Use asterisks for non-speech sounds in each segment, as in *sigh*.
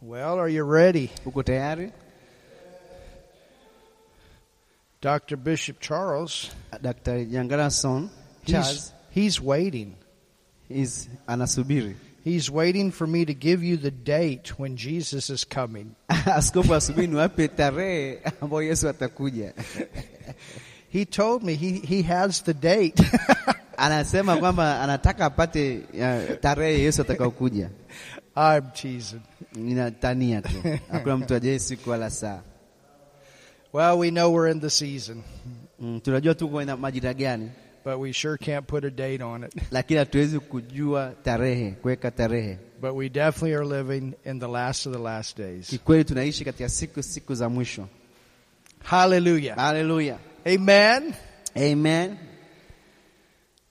Well, are you ready? Hoe går det här? Dr. Bishop Charles, Dr. Yangarason Charles he's, he's waiting. is anasubiri. *laughs* He's waiting for me to give you the date when Jesus is coming. *laughs* Askofu asubiri niwape tarehe ambayo Yesu atakuja. He told me he, he has the date. *laughs* Anasema kwamba anataka apate uh, tarehe Yesu atakaokuja. I'm teasing. Ninatania tu, hakuna mtu ajai siku wala saa. Well, we know we're in the season, Mm, tunajua tuko na majira gani, but we sure can't put a date on it. lakini hatuwezi kujua tarehe, kuweka tarehe. But we definitely are living in the last of the last days. Kikweli tunaishi katika siku siku za mwisho. Hallelujah. Haleluya, Amen. amen.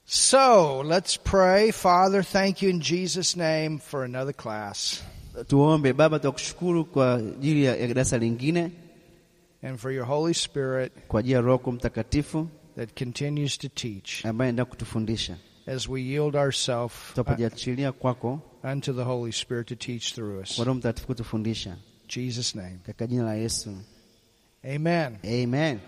So let's pray. Father, thank you in Jesus' name for another class Tuombe. Baba, tunakushukuru kwa ajili ya ya darasa lingine, and for your Holy Spirit kwa ajili ya Roho yako Mtakatifu that continues to teach ambaye anaenda kutufundisha. as we yield ourselves Tunapojiachilia kwako unto the Holy Spirit to teach through us. kwa Roho Mtakatifu kutufundisha In Jesus' name. katika jina la Yesu, Amen. amen.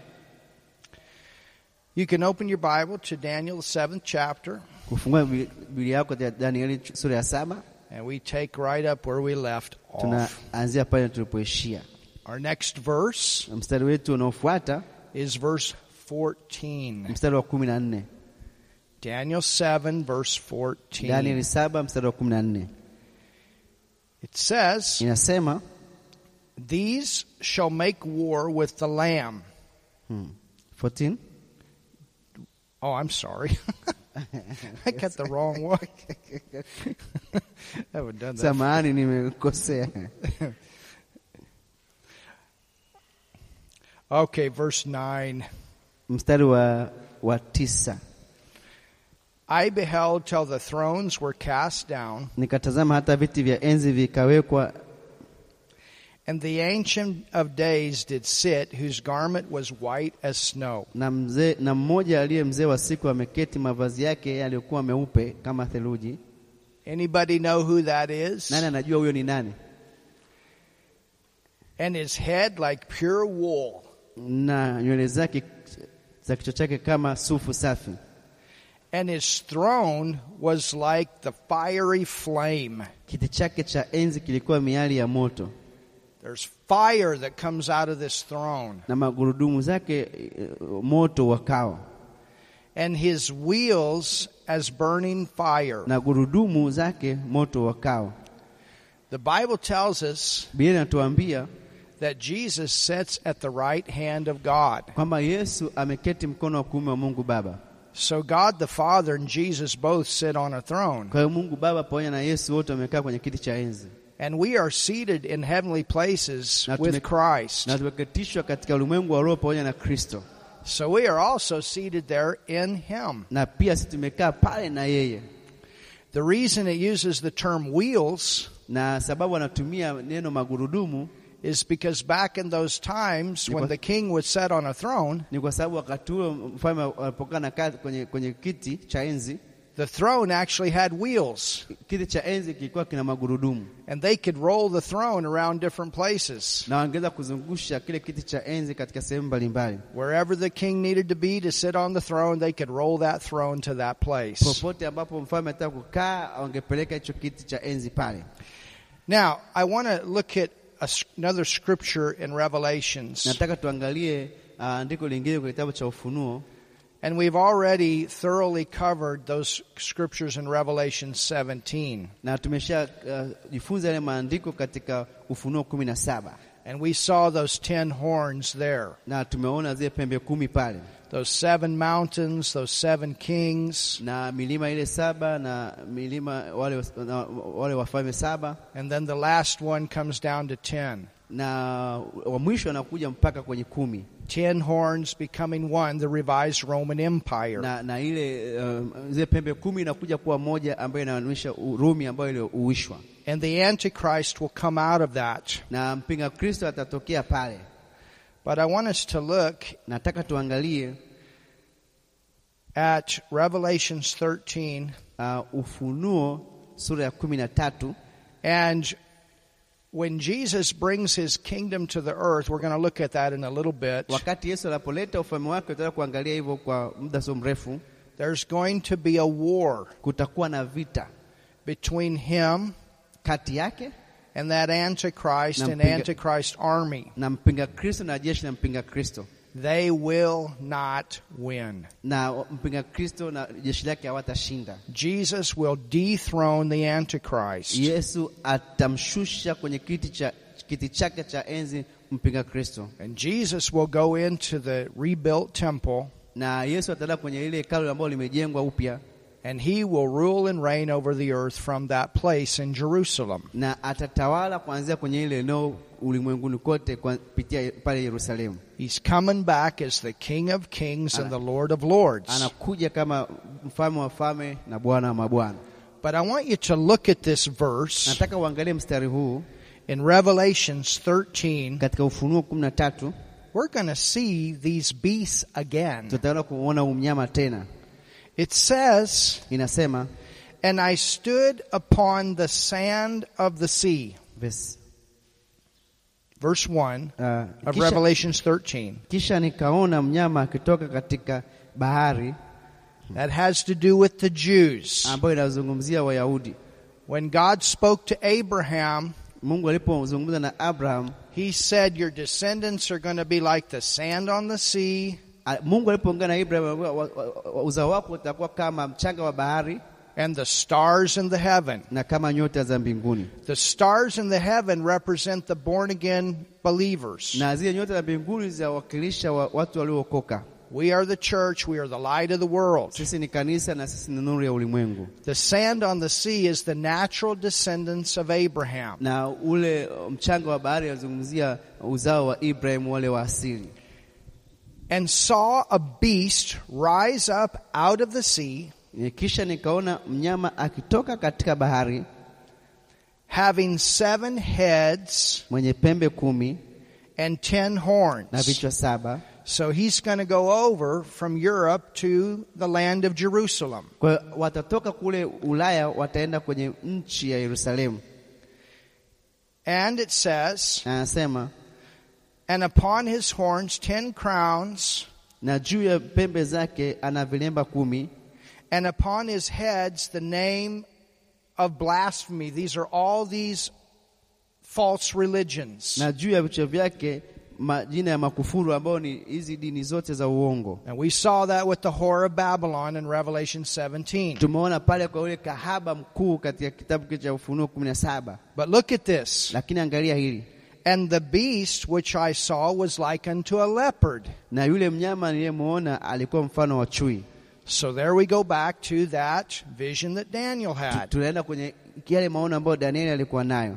You can open your Bible to Daniel, the seventh chapter, Kufungua Bi- Biblia yako ya Danieli ch- sura ya saba, and we take right up where we left off. tunaanzia pale tulipoishia. Our next verse Mstari wetu unaofuata is verse 14. mstari wa kumi na nne Daniel 7, verse 14. Danieli saba mstari wa kumi na nne It says, inasema These shall make war with the Lamb. hmm, 14 Oh, I'm sorry. *laughs* I got the wrong one. *laughs* I haven't done that. samahani, nimekosea. Okay, verse 9. Mstari wa, wa tisa I beheld till the thrones were cast down, nikatazama hata viti vya enzi vikawekwa, and the Ancient of Days did sit, whose garment was white as snow. na mzee na mmoja aliye mzee wa siku ameketi, mavazi yake yaliyokuwa meupe kama theluji. Anybody know who that is? Nani anajua huyo ni nani? And his head like pure wool, Na nywele zake za kichwa chake kama sufu safi, and his throne was like the fiery flame. kiti chake cha enzi kilikuwa miali ya moto, There's fire that comes out of this throne, na magurudumu zake eh, moto wakao and his wheels as burning fire. na gurudumu zake moto wakao. The Bible tells us Biblia inatuambia that Jesus sits at the right hand of God. kwamba Yesu ameketi mkono wa kuume wa Mungu Baba. So God the Father and Jesus both sit on a throne, Kwa hiyo Mungu Baba pamoja na Yesu wote wamekaa kwenye kiti cha enzi, and we are seated in heavenly places Now to with make- Christ. na tumeketishwa katika ulimwengu wa roho pamoja na Kristo, So we are also seated there in Him. na pia sisi tumekaa pale na yeye. The reason it uses the term wheels Na sababu anatumia neno magurudumu is because back in those times You when what? the king was set on a throne, ni kwa sababu wakati huo mfalme alipokaa na kaa kwenye, kwenye kiti cha enzi, the throne actually had wheels, kiti cha enzi kilikuwa kina magurudumu, and they could roll the throne around different places. na wangeweza kuzungusha kile kiti cha enzi katika sehemu mbalimbali. Wherever the king needed to be to sit on the throne, they could roll that throne to that place. popote ambapo mfalme anataka kukaa, wangepeleka hicho kiti cha enzi pale. Now, I want to look at a s another scripture in Revelations, Nataka tuangalie ah, andiko lingine kwa kitabu cha Ufunuo, and we've already thoroughly covered those scriptures in Revelation 17. na tumesha ah, jifunza yale maandiko katika Ufunuo kumi na saba And we saw those ten horns there, na tumeona zile pembe kumi pale those seven mountains, those seven kings, na milima ile saba na milima wale, na, wale wafalme saba and then the last one comes down to ten. na wa mwisho anakuja mpaka kwenye kumi Ten horns becoming one, the revised Roman Empire. na, na ile um, zile pembe kumi inakuja kuwa moja ambayo inaonyesha Urumi ambayo iliyouishwa And the Antichrist will come out of that. na mpinga Kristo atatokea pale. But I want us to look Nataka tuangalie at Revelations 13. uh, Ufunuo sura ya kumi na tatu And When Jesus brings his kingdom to the earth, we're going to look at that in a little bit. wakati yesu anapoleta ufalme wake tutaweza kuangalia hivyo kwa muda sio mrefu There's going to be a war kutakuwa na vita between him kati yake and that Antichrist Now, and pick it. Antichrist army. na mpinga kristo na jeshi la mpinga kristo They will not win. na mpinga kristo na jeshi lake hawatashinda Jesus will dethrone the Antichrist. yesu atamshusha kwenye kiti cha kiti chake cha enzi mpinga kristo And Jesus will go into the rebuilt temple na yesu ataenda kwenye ile hekalu ambalo limejengwa upya and he will rule and reign over the earth from that place in Jerusalem. na atatawala kuanzia kwenye ile eneo ulimwenguni kote kwa- kupitia pale yerusalemu He's coming back as the King of Kings and the Lord of Lords. anakuja kama mfalme wa falme na bwana wa mabwana But I want you to look at this verse nataka uangalie mstari huu in Revelations 13. katika ufunuo kumi na tatu We're going to see these beasts again. tutaenda kuona umnyama tena It says, inasema And I stood upon the sand of the sea. verse, Verse 1 uh, of kisha, Revelations 13. kisha nikaona mnyama akitoka katika bahari That has to do with the Jews. ambayo inazungumzia wayahudi When God spoke to Abraham, mungu alipozungumza na abraham he said, Your descendants are going to be like the sand on the sea a- mungu alipoongea na ibraham alimwambia, wa- wa- wa- uzao wako utakuwa kama mchanga wa bahari and the stars in the heaven. na kama nyota za mbinguni The stars in the heaven represent the born again believers. na zile nyota za mbinguni zinawakilisha wa, watu waliookoka We are the church, we are the light of the world. sisi ni kanisa na sisi ni nuru ya ulimwengu The sand on the sea is the natural descendants of Abraham. na ule uh, mchanga wa bahari anazungumzia uzao wa Ibrahim wale wa asili. And saw a beast rise up out of the sea, E, Kisha nikaona mnyama akitoka katika bahari having seven heads mwenye pembe kumi and ten na horns. vichwa saba. So he's going to go over from Europe to the land of Jerusalem. Kwa hiyo watatoka kule Ulaya wataenda kwenye nchi ya Yerusalemu. And it says, Na Anasema And upon his horns ten crowns, na juu ya pembe zake ana vilemba kumi and upon his heads the name of blasphemy. These are all these false religions. na juu ya vichwa vyake majina ya makufuru ambayo ni hizi dini zote za uongo. And we saw that with the whore of Babylon in Revelation 17. Tumeona pale kwa yule kahaba mkuu katika kitabu kile cha Ufunuo kumi na saba, But look at this. lakini angalia hili And the beast which I saw was like unto a leopard. na yule mnyama niliyemwona alikuwa mfano wa chui. So there we go back to that vision that Daniel Tu- had. Tunaenda kwenye yale maono ambayo Danieli alikuwa nayo.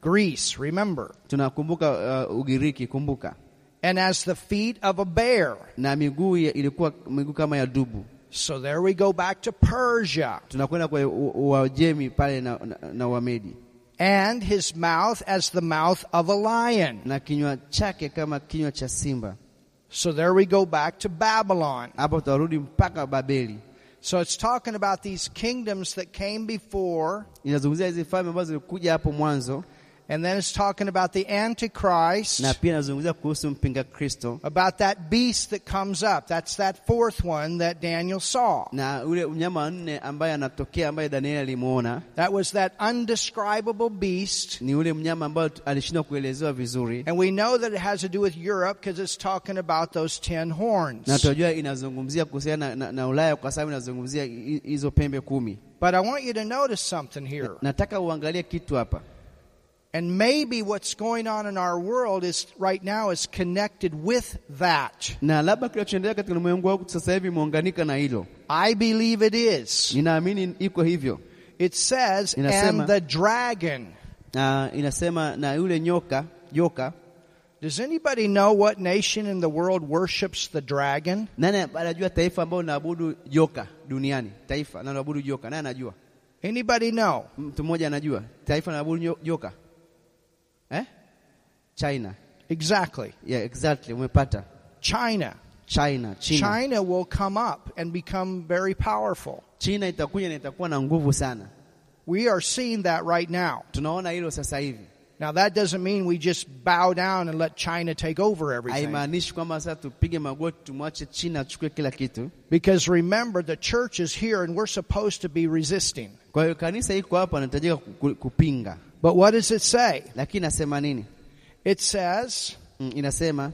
Greece, remember. Tunakumbuka uh, Ugiriki, kumbuka And as the feet of a bear. na miguu ya- ilikuwa miguu kama ya dubu. So there we go back to Persia. Tunakwenda kwa u- u- Uajemi pale na, na, na Uamedi And his mouth as the mouth of a lion. na kinywa chake kama kinywa cha simba. So there we go back to Babylon. Hapo tutarudi mpaka Babeli. So it's talking about these kingdoms that came before, Inazungumzia hizi falme ambazo zilikuja hapo mwanzo, and then it's talking about the Antichrist, na pia inazungumzia kuhusu mpinga Kristo about that beast that comes up. That's that fourth one that Daniel saw. na yule mnyama wa nne ambaye anatokea ambaye Danieli alimwona That was that undescribable beast. ni ule mnyama ambayo tu- alishindwa kuelezewa vizuri, And we know that it has to do with Europe because it's talking about those ten horns. na tunajua inazungumzia kuhusiana na, na, na Ulaya kwa sababu inazungumzia hi- hizo pembe kumi. But I want you to notice something here. Nataka uangalie kitu hapa, And maybe what's going on in our world is right now is connected with that. na labda kinachoendelea katika ulimwengu wangu sasa hivi imeunganika na hilo. I believe it is. Ninaamini iko hivyo. It says, Inasema- and the dragon. Na inasema na yule nyoka joka, Does anybody know what nation in the world worships the dragon? nani anajua taifa ambalo linaabudu joka duniani? Taifa linaloabudu joka, nani anajua? Anybody know? Mtu mmoja anajua taifa linaloabudu nyo- joka eh? China. Exactly. Yeah, exactly, umepata China. China, China. China will come up and become very powerful. China itakuja na itakuwa na nguvu sana. We are seeing that right now. Tunaona hilo sasa hivi. Now, that doesn't mean we just bow down and let China take over everything. haimaanishi kwamba sasa tupige magoti tumwache china achukue kila kitu Because remember, the church is here and we're supposed to be resisting. kwa hiyo kanisa iko hapa anahitajika ku- ku- kupinga But what does it say? lakini inasema nini It says, Mm, inasema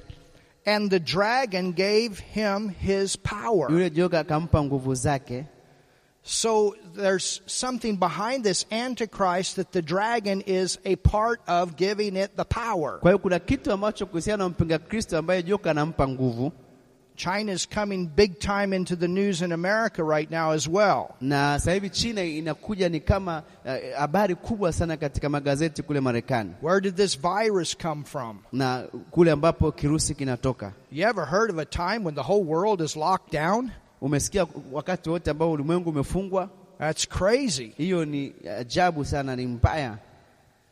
And the dragon gave him his power. yule joka akampa nguvu zake So there's something behind this Antichrist that the dragon is a part of giving it the power. kwa hiyo kuna kitu ambacho kuhusiana na mpinga kristo ambaye joka anampa nguvu China's coming big time into the news in America right now as well. na sasa hivi china inakuja ni kama eh, habari kubwa sana katika magazeti kule marekani Where did this virus come from? na kule ambapo kirusi kinatoka You ever heard of a time when the whole world is locked down? umesikia wakati wote ambao ulimwengu umefungwa That's crazy. hiyo ni ajabu sana ni mbaya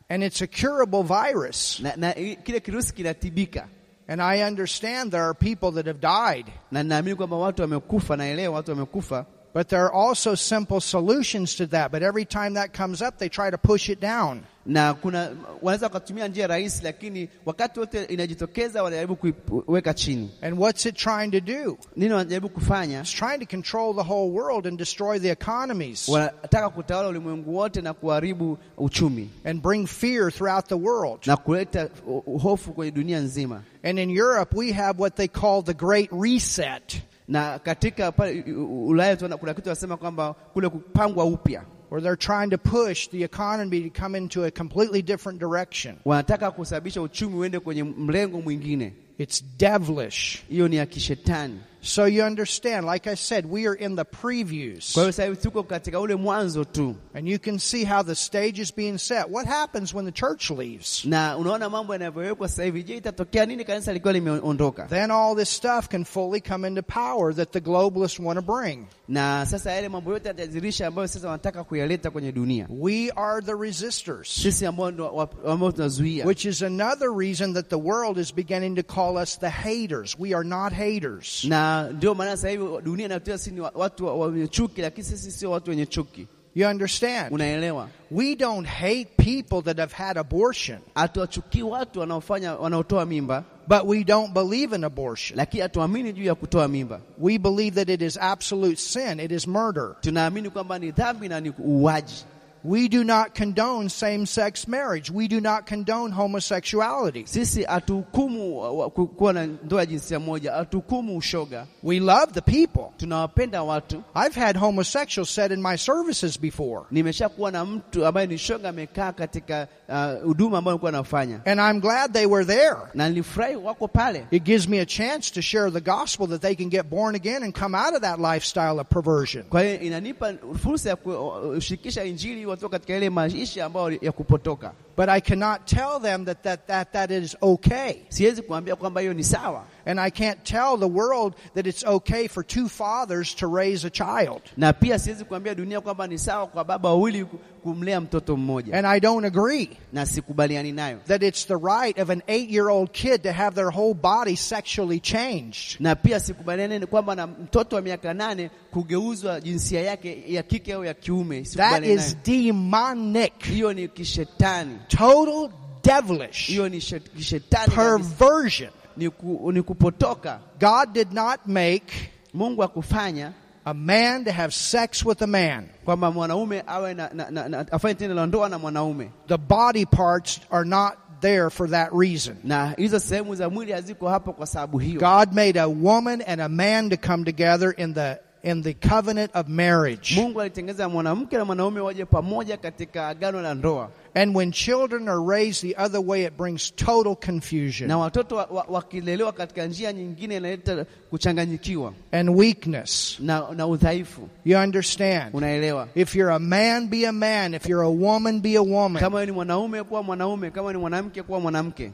And it's a curable virus. na, na i- kile kirusi kinatibika And I understand there are people that have died, na naamini kwamba watu wamekufa naelewa watu wamekufa but there are also simple solutions to that. But every time that comes up, they try to push it down. na kuna wanaweza wakatumia njia rahisi lakini wakati wote inajitokeza wanajaribu kuiweka chini And what's it trying to do? nini wanajaribu kufanya It's trying to control the whole world and destroy the economies wanataka kutawala ulimwengu wote na kuharibu uchumi and bring fear throughout the world. na kuleta uh, uh, hofu kwenye dunia nzima And in Europe, we have what they call the Great Reset, na katika pale U- U- Ulaya tuna- kuna kitu wanasema kwamba kule kupangwa upya where they're trying to push the economy to come into a completely different direction. wanataka kusababisha uchumi uende kwenye mlengo mwingine It's devilish. hiyo ni ya kishetani So you understand, like I said, we are in the previews. kwa hiyo sasa hivi tuko katika ule mwanzo tu And you can see how the stage is being set. What happens when the church leaves? na unaona mambo yanavyowekwa sasa hivi je itatokea nini kanisa likiwa limeondoka Then all this stuff can fully come into power that the globalists want to bring. na sasa yale mambo yote yatajirisha ambayo sasa wanataka kuyaleta kwenye dunia We are the resistors. sisi ambao ndo- wa- ambao tunazuia Which is another reason that the world is beginning to call us the haters. We are not haters. na ndio maana sasa hivi dunia inatuia sisi ni wa- watu wa- wenye chuki lakini sisi sio watu wenye chuki You understand? unaelewa We don't hate people that have had abortion, hatuwachukii watu wanaofanya wanaotoa mimba but we don't believe in abortion. lakini hatuamini juu ya kutoa mimba We believe that it is absolute sin, it is murder. tunaamini kwamba ni dhambi na ni uuaji We do not condone same sex marriage. We do not condone homosexuality. sisi hatuhukumu wa- wa- ku- kuwa na ndoa ya jinsia moja hatuhukumu ushoga We love the people. tunawapenda watu I've had homosexuals said in my services before, nimeshakuwa na mtu ambaye ni shoga amekaa katika uh, huduma ambayo nilikuwa nafanya and I'm glad they were there. na nilifurahi wako pale It gives me a chance to share the gospel that they can get born again and come out of that lifestyle of perversion. kwa hiyo inanipa fursa ya kushirikisha injili watu katika ile maisha ambayo ya kupotoka But I cannot tell them that that, that, that is okay. siwezi kuambia kwamba hiyo ni sawa And I can't tell the world that it's okay for two fathers to raise a child. na pia siwezi kuambia dunia kwamba ni sawa kwa baba wawili ku- kumlea mtoto mmoja And I don't agree na sikubaliani nayo that it's the right of an eight year old kid to have their whole body sexually changed. na pia sikubaliani kwamba na mtoto wa miaka nane kugeuzwa jinsia yake ya kike au ya kiume That sikubaliani is nayo. demonic, hiyo ni kishetani total devilish hiyo ni shet- kishetani kabisa. perversion. ni, ku, ni kupotoka God did not make mungu akufanya a man to have sex with a man. kwamba mwanaume awe na, na, na, na, afanye tendo la ndoa na mwanaume The body parts are not there for that reason. na hizo sehemu za mwili haziko hapo kwa sababu hiyo God made a woman and a man to come together in the in the covenant of marriage. mungu alitengeza mwanamke na mwanaume waje pamoja katika agano la ndoa And when children are raised the other way it brings total na confusion watoto wakilelewa wa, wakilelewa katika njia nyingine inaleta kuchanganyikiwa and weakness. na, na udhaifu You understand? unaelewa If you're a man be a man, if you're a woman be a woman. kama wewe ni mwanaume kuwa mwanaume kama ni mwanamke kuwa mwanamke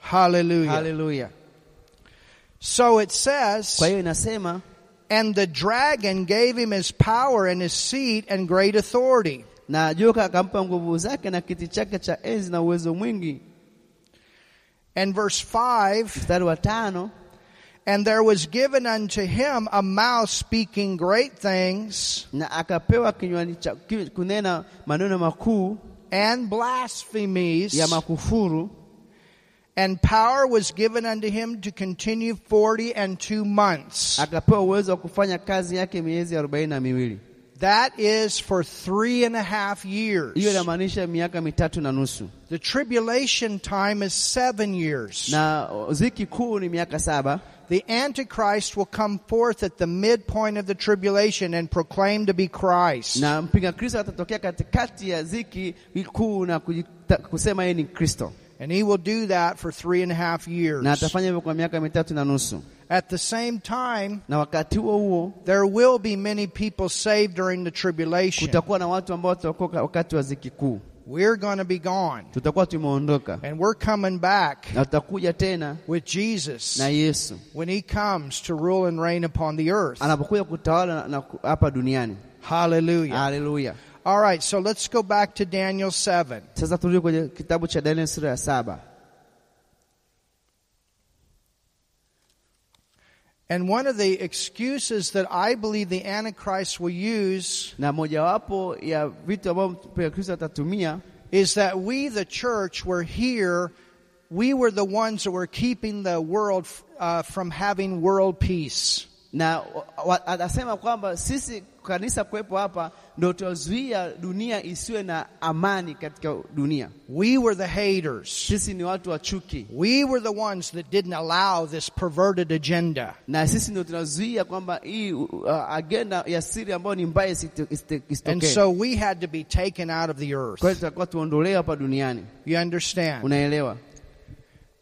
Hallelujah. haleluya So it says kwa hiyo inasema And the dragon gave him his power and his seat and great authority. na joka akampa nguvu zake na kiti chake cha enzi na uwezo mwingi And verse 5 mstari wa tano And there was given unto him a mouth speaking great things na akapewa kinywani cha ki- kunena maneno makuu and blasphemies. ya makufuru And power was given unto him to continue forty and two months. akapewa uwezo wa kufanya kazi yake miezi arobaini na miwili That is for three and a half years. hiyo inamaanisha miaka mitatu na nusu The tribulation time is seven years. na uh, ziki kuu ni miaka saba the Antichrist will come forth at the midpoint of the tribulation and proclaim to be Christ. na mpinga kristo atatokea katikati ya ziki kuu na kujita, kusema yeye ni kristo And he will do that for three and a half years. na atafanya hivyo kwa miaka mitatu na nusu At the same time, na wakati huo huo there will be many people saved during the tribulation. kutakuwa na watu ambao wataokoka wakati wa ziki kuu We're going to be gone. tutakuwa tumeondoka And we're coming back na tutakuja tena with Jesus na yesu when he comes to rule and reign upon the earth. anapokuja kutawala na- na ku- hapa duniani Hallelujah. haleluya All right, so let's go back to Daniel 7. sasa turudi kwenye kitabu cha daniel sura ya saba And one of the excuses that I believe the Antichrist will use na mojawapo ya vitu ambavyo mpinga kristo atatumia is that we, the church, were here. We were the ones that were keeping the world uh, from having world peace. na wa- wa- anasema kwamba sisi kanisa kuwepo hapa ndo tunazuia dunia isiwe na amani katika dunia. We were the haters. Sisi ni watu wa chuki, We were the ones that didn't allow this perverted agenda. na sisi ndo tunazuia kwamba hii uh, agenda ya siri ambayo ni mbaya isite- isite- And isitokee. so we had to be taken out of the earth. Kwa hiyo tutakuwa tuondolewe hapa duniani, You understand? unaelewa?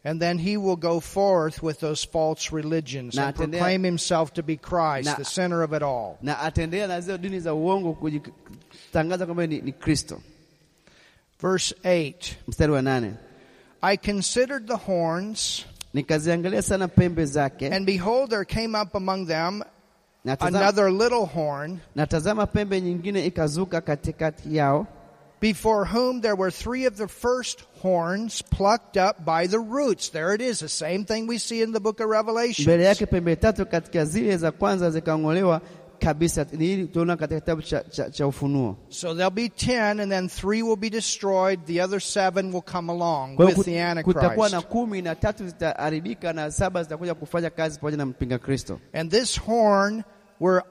And then he will go forth with those false religions Na and atendea- proclaim himself to be Christ, Na- the center of it all. Na ataendelea na zile dini za uongo kujitangaza kwamba ni, ni Kristo. Verse 8 Mstari wa nane, I considered the horns, nikaziangalia sana pembe zake and behold, there came up among them na tazama, another little horn. na tazama pembe nyingine ikazuka katikati yao before whom there were three of the first horns plucked up by the roots. There it is, the same thing we see in the book of Revelation. mbele yake pembe tatu katika zile za kwanza zikang'olewa kabisa. Ni hili tunaona katika kitabu cha, cha, cha Ufunuo. So there'll be ten, and then three will be destroyed. The other seven will come along Kwa hiyo with kut- the kutakuwa na Antichrist. kumi na tatu zitaharibika na saba zitakuja kufanya kazi pamoja na mpinga Kristo. And this horn were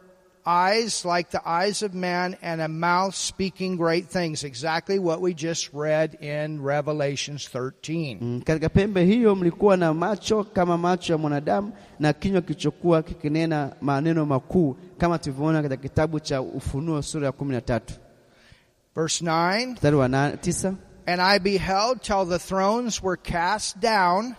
eyes like the eyes of man and a mouth speaking great things. Exactly what we just read in Revelations 13. Mm, Katika pembe hiyo mlikuwa na macho kama macho ya mwanadamu na kinywa kilichokuwa kikinena maneno makuu kama tulivyoona katika kitabu cha Ufunuo sura ya kumi na tatu Verse 9 mstari wa na- tisa And I beheld till the thrones were cast down.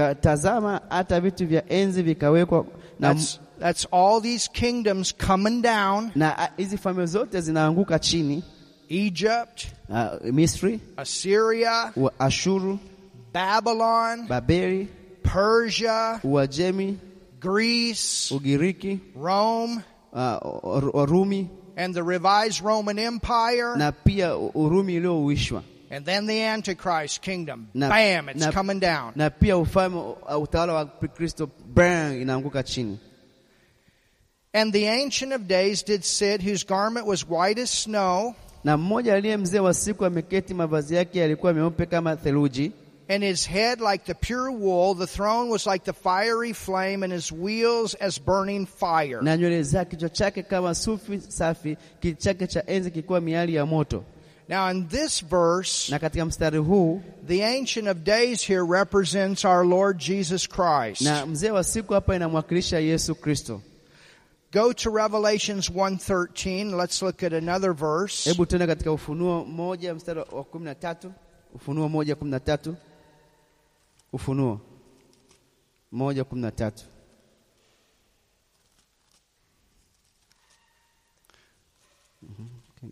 nikatazama hata vitu vya enzi vikawekwa na, That's, that's all these kingdoms coming down na a- hizi falme zote zinaanguka chini Egypt, uh, Misri, Assyria, wa Ashuru, Babylon, Babeli, Persia, Uajemi, Greece, Ugiriki, Rome, uh, Ur- Urumi and the revised Roman Empire, na pia U- Urumi iliyouishwa and then the Antichrist kingdom. Na- Bam, it's na- coming down. na pia ufalme uh, utawala wa Kristo bang inaanguka chini. And the Ancient of Days did sit, whose garment was white as snow, Na mmoja aliye mzee wa siku ameketi, mavazi yake yalikuwa meupe kama theluji, and his head like the pure wool. The throne was like the fiery flame, and his wheels as burning fire. na nywele zake, kichwa chake kama sufi safi, kiti chake cha enzi kilikuwa miali ya moto. Now, in this verse, Na katika mstari huu The Ancient of Days here represents our Lord Jesus Christ. na mzee wa siku hapa inamwakilisha Yesu Kristo. Go to Revelations 1.13. Let's look at another verse. Hebu tuende katika Ufunuo moja mstari wa kumi na tatu Ufunuo moja kumi na tatu Ufunuo moja kumi na tatu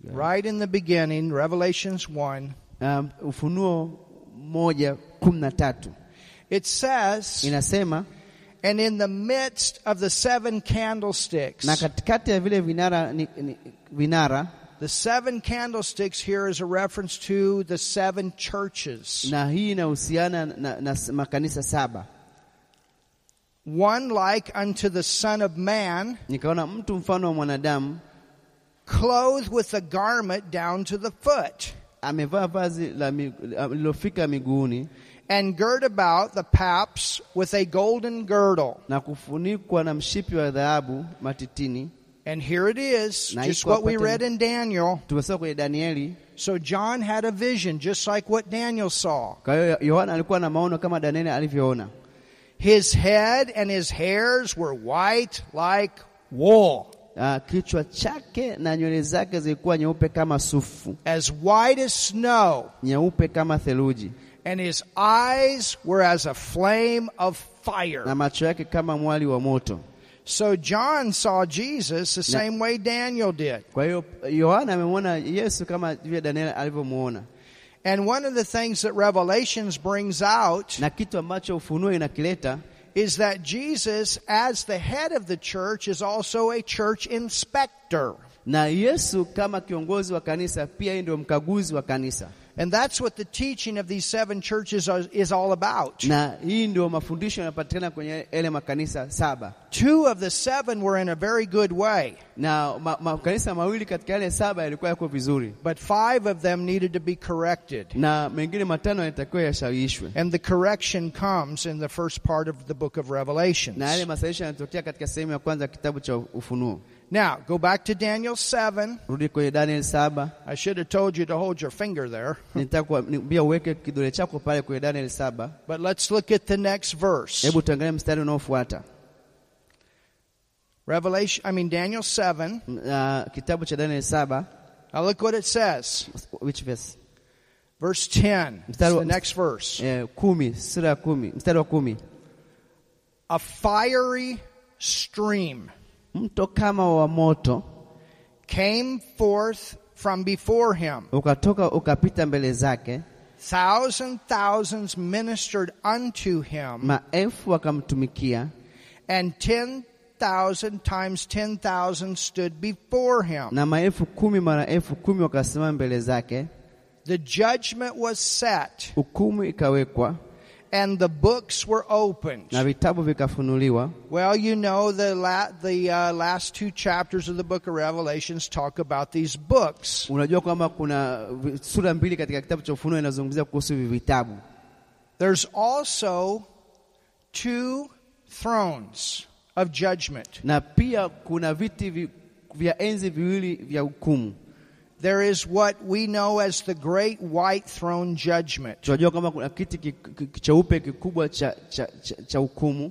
Right in the beginning, Revelations 1. um, Ufunuo moja kumi na tatu It says, inasema And in the midst of the seven candlesticks. na katikati ya vile vinara ni, ni, vinara The seven candlesticks here is a reference to the seven churches. na hii inahusiana na, na s- makanisa saba. One like unto the Son of Man, Nikaona mtu mfano wa mwanadamu clothed with a garment down to the foot. amevaa vazi la mi- la- lililofika miguuni and gird about the paps with a golden girdle. na kufunikwa na mshipi wa dhahabu matitini. And here it is, Na just iko what hapa we tena. read in Daniel. Tumesoma kwenye Danieli. So John had a vision, just like what Daniel saw. Kwa hiyo Yohana alikuwa na maono kama Danieli alivyoona. His head and his hairs were white like wool, Ah, kichwa chake na nywele zake zilikuwa nyeupe kama sufu, as white as snow, nyeupe kama theluji, and his eyes were as a flame of na fire. macho yake kama mwali wa moto. So John saw Jesus the Na- same way Daniel did. Kwa hiyo Yohana amemwona Yesu kama vile Danieli alivyomuona, And one of the things that Revelations brings out na kitu ambacho ufunuo inakileta is that Jesus, as the head of the church, is also a church inspector. na Yesu kama kiongozi wa kanisa pia yeye ndio mkaguzi wa kanisa, And that's what the teaching of these seven churches are, is all about. na hii ndio mafundisho yanapatikana kwenye yale makanisa saba Two of the seven were in a very good way, na ma, makanisa mawili katika yale saba yalikuwa yako vizuri but five of them needed to be corrected. na mengine matano yatakiwa yashawishwe, And the correction comes in the first part of the book of na yale Revelations. masahihisho yanatokea katika sehemu ya kwanza ya kitabu cha Ufunuo. Now, go back to Daniel 7. Rudi kwenye Daniel saba. I should have told you to hold your finger there, Nitaka kuambia uweke kidole chako pale kwenye Daniel saba. but let's look at the next verse. Hebu tuangalie mstari unaofuata Revelation, I mean Daniel 7. uh, kitabu cha Daniel saba Now look what it says. which verse? Verse 10. It's Mstari wa- the next verse. Eh, kumi, sura ya kumi, mstari wa kumi. A fiery stream Mto kama wa moto came forth from before him. ukatoka ukapita mbele zake, Thousand thousands ministered unto him, maelfu wakamtumikia, and ten thousand times ten thousand stood before him. na maelfu kumi mara elfu kumi wakasimama mbele zake. The judgment was set, Hukumu ikawekwa and the books were opened. na vitabu vikafunuliwa. Well, you know the la- the uh, last two chapters of the book of Revelations talk about these books. Unajua kwamba kuna vi- sura mbili katika kitabu cha Ufunuo inazungumzia kuhusu hivi vitabu. There's also two thrones of judgment. na pia kuna viti vi, vya enzi viwili vya hukumu. There is what we know as the great white throne judgment. Tunajua kwamba kuna kiti ki- ki- ki- cheupe kikubwa cha, cha, cha, cha hukumu,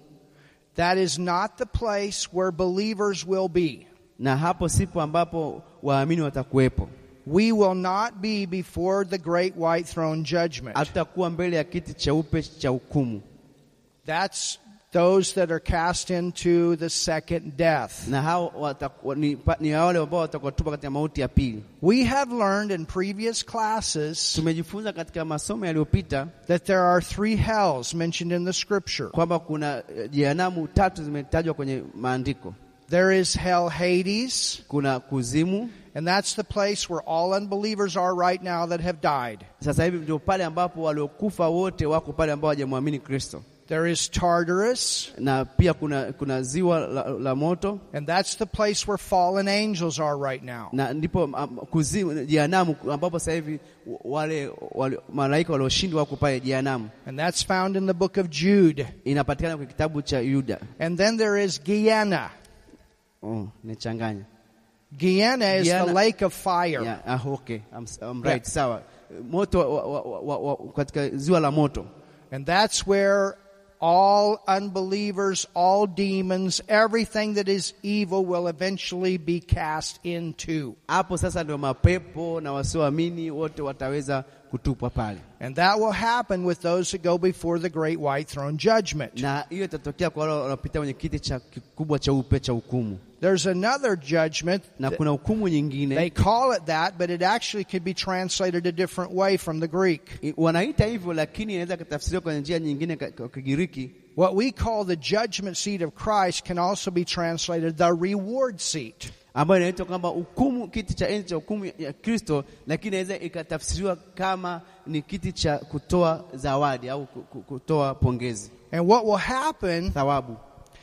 That is not the place where believers will be. na hapo sipo ambapo waamini watakuwepo. We will not be before the great white throne judgment. Hatutakuwa mbele ya kiti cheupe cha hukumu, That's those that are cast into the second death. na hao watakuwa, ni, pa- ni wale ambao watakuwatupa katika mauti ya pili. We have learned in previous classes Tumejifunza katika masomo yaliyopita that there are three hells mentioned in the scripture. kwamba kuna eh, jehanamu tatu zimetajwa kwenye maandiko. There is hell Hades, Kuna kuzimu, and that's the place where all unbelievers are right now that have died. sasa hivi ndio pale ambapo waliokufa wote wako pale ambao hawajamwamini Kristo. There is Tartarus, na pia kuna, kuna ziwa la, la moto and that's the place where fallen angels are right now. na ndipo um, kuzimu jehanamu ambapo sasa hivi w- wale, wale malaika walioshindwa wako pale jehanamu. And that's found in the book of Jude. Inapatikana kwenye kitabu cha Yuda. And then there is Guiana. Oh, nichanganya. Guiana is the Guyana- lake of fire. Yeah, ah, okay. I'm, s- I'm right. Sawa. Moto wa, wa, wa, wa, wa, katika ziwa la moto And that's where all unbelievers, all demons, everything that is evil will eventually be cast into. hapo sasa ndio mapepo na wasioamini wote wataweza kutupwa pale, And that will happen with those that go before the great white throne judgment. na hiyo itatokea kwa wale wanaopita kwenye kiti cha kikubwa cheupe cha hukumu, There's another judgment. na kuna hukumu nyingine They call it that, but it actually could be translated a different way from the Greek. I- wanaita hivyo lakini inaweza kutafsiriwa kwa njia nyingine ka- kwa Kigiriki. What we call the judgment seat of Christ can also be translated the reward seat. ambayo inaitwa kwamba hukumu, kiti cha enzi cha hukumu ya- ya Kristo, lakini inaweza ikatafsiriwa kama ni kiti cha kutoa zawadi au ku- ku- kutoa pongezi, And what will happen thawabu.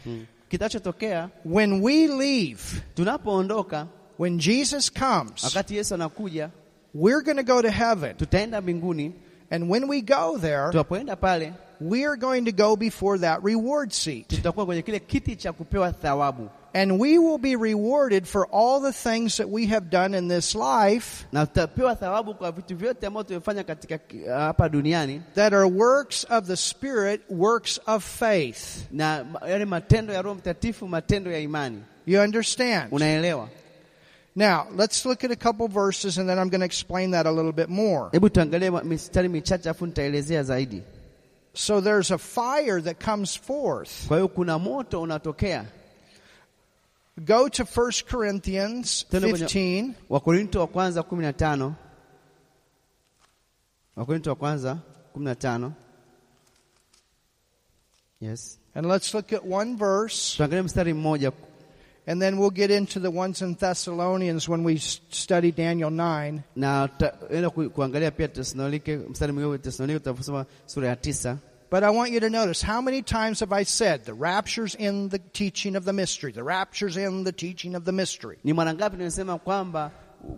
Hmm. Kitachotokea when we leave, tunapoondoka, when Jesus comes, wakati Yesu anakuja, We're going to go to heaven. tutaenda mbinguni And when we go there, tunapoenda pale we are going to go before that reward seat. tutakuwa kwenye kile kiti cha kupewa thawabu And we will be rewarded for all the things that we have done in this life na tutapewa thawabu kwa vitu vyote ambavyo tumefanya katika ki- hapa duniani that are works of the Spirit, works of faith. na ma- yale matendo ya roho mtakatifu matendo ya imani You understand? unaelewa Now, let's look at a couple verses and then I'm going to explain that a little bit more. hebu tuangalie ma- mistari michache afu nitaelezea zaidi So there's a fire that comes forth. kwa hiyo kuna moto unatokea Go to 1 Corinthians Tena kwenye- 15. wakorinto wa kwanza 15 wakorinto wa kwanza 15 yes And let's look at one verse, tuangalie mstari mmoja and then we'll get into the ones in Thessalonians when we s- study Daniel 9. na tutaenda ku, kuangalia pia Tesalonike mstari mwingine wa Tesalonike tutasoma sura ya tisa But I want you to notice how many times have I said the rapture's in the teaching of the mystery, the rapture's in the teaching of the mystery. ni mara ngapi nimesema kwamba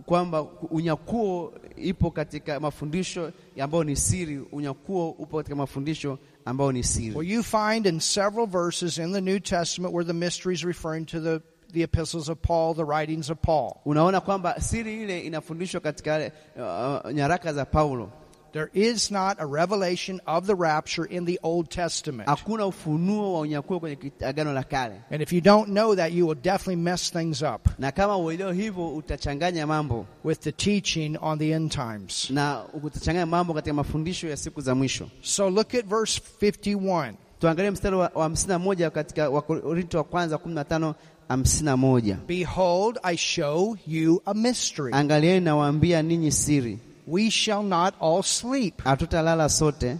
kwamba unyakuo ipo katika mafundisho ambayo ni siri unyakuo upo katika mafundisho ambayo ni Well, siri you find in several verses in the New Testament where the mystery's referring to the, the epistles of Paul, the writings of Paul. unaona kwamba siri ile inafundishwa katika yale, uh, nyaraka za Paulo There is not a revelation of the rapture in the Old Testament. hakuna ufunuo wa unyakuo kwenye kit- agano la kale And if you don't know that, you will definitely mess things up na kama uelewa hivyo utachanganya mambo with the teaching on the end times. na utachanganya mambo katika mafundisho ya siku za mwisho So look at verse 51. Tuangalie mstari wa wa hamsini na moja katika Wakorinto wa kwanza kumi na tano hamsini na moja. Behold, I show you a mystery. Angalieni nawaambia ninyi siri, We shall not all sleep. hatutalala sote.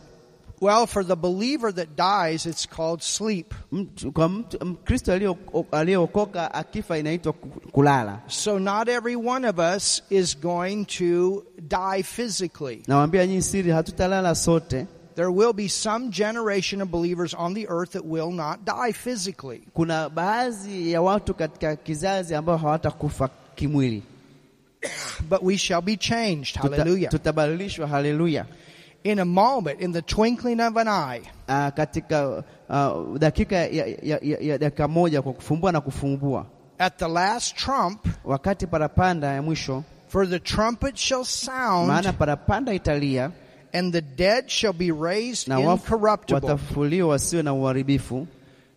Well, for the believer that dies, it's called sleep. Mtu- Kwa mtu Mkristo alio- aliyeokoka akifa inaitwa ku- kulala. So not every one of us is going to die physically. Nawaambia nyinyi siri, hatutalala sote. There will be some generation of believers on the earth that will not die physically. Kuna baadhi ya watu katika kizazi ambao hawatakufa kimwili, but we shall be changed. Tuta- Hallelujah. tutabadilishwa. Haleluya! In a moment, in the twinkling of an eye, Ah, katika ah, dakika ya, ya, ya, ya dakika moja kwa kufumbua na kufumbua, at the last trump, wakati parapanda ya mwisho for the trumpet shall maana sound, parapanda italia and the dead shall be raised na wafu incorruptible. watafufuliwa wasiwe na uharibifu,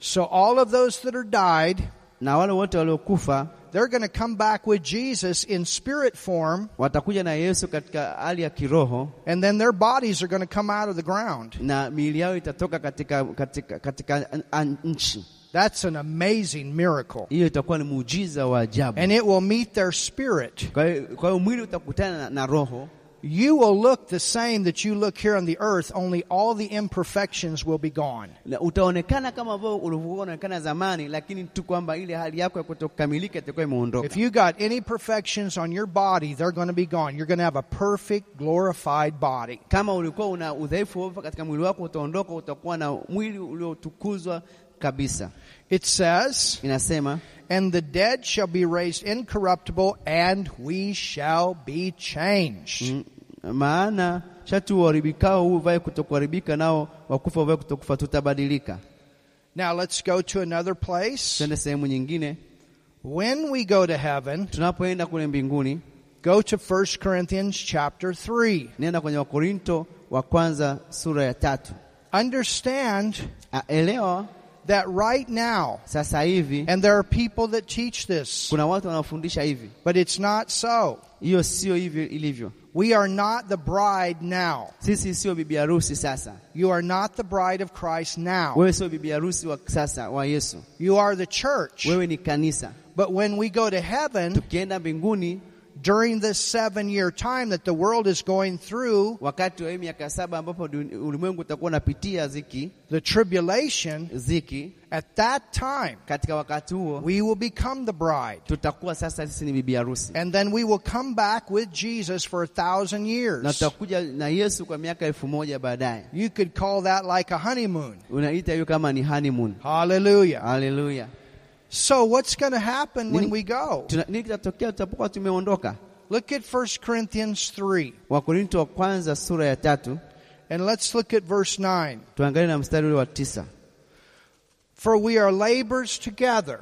So all of those that are died, na wale wote waliokufa they're going to come back with Jesus in spirit form, watakuja na Yesu katika hali ya kiroho, and then their bodies are going to come out of the ground. na miili yao itatoka katika, katika, katika an- an- nchi That's an amazing miracle. hiyo. Itakuwa ni muujiza wa ajabu. And it will meet their spirit. Kwa hiyo kwa hiyo mwili utakutana na, na roho You will look the same that you look here on the earth, only all the imperfections will be gone. na utaonekana kama vile ulivyokuwa unaonekana zamani, lakini tu kwamba ile hali yako ya kutokamilika itakuwa If imeondoka. you got any perfections on your body, they're going to be gone. You're going to have a perfect, glorified body. Kama ulikuwa una udhaifu wowote katika mwili wako, utaondoka, utakuwa na mwili uliotukuzwa kabisa. It says, inasema And the dead shall be raised incorruptible, and we shall be changed. mm, maana shati uharibikao huu uvae kutokuharibika, nao wakufa uvae kutokufa. Tutabadilika. Now let's go to another place. Tuende sehemu nyingine. When we go to heaven, Tunapoenda kule mbinguni, go to 1 Corinthians chapter 3. nenda kwenye Wakorinto wa kwanza sura ya tatu. Understand A- Elewa that right now, sasa hivi and there are people that teach this, kuna watu wanaofundisha hivi, but it's not so. hiyo sio hivyo ilivyo. We are not the bride now. Sisi sio bibi harusi sasa, You are not the bride of Christ now. wewe sio bibi harusi wa sasa wa Yesu, You are the church. wewe ni kanisa. But when we go to heaven Tukienda mbinguni during this seven year time that the world is going through wakati wa hii miaka saba ambapo duni- ulimwengu utakuwa unapitia ziki the tribulation, ziki at that time katika wakati huo we will become the bride. tutakuwa sasa sisi ni bibi harusi And then we will come back with Jesus for a thousand na years. tutakuja na Yesu kwa miaka elfu moja baadaye. You could call that like a honeymoon. Unaita hiyo kama ni honeymoon. Hallelujah. Haleluya! So, what's going to happen when we go? Tuna- Nini kitatokea tutapokuwa tumeondoka? Look at 1 Corinthians 3 Wakorinto wa kwanza sura ya tatu and let's look at verse 9. tuangalie na mstari ule wa tisa. For we are laborers together.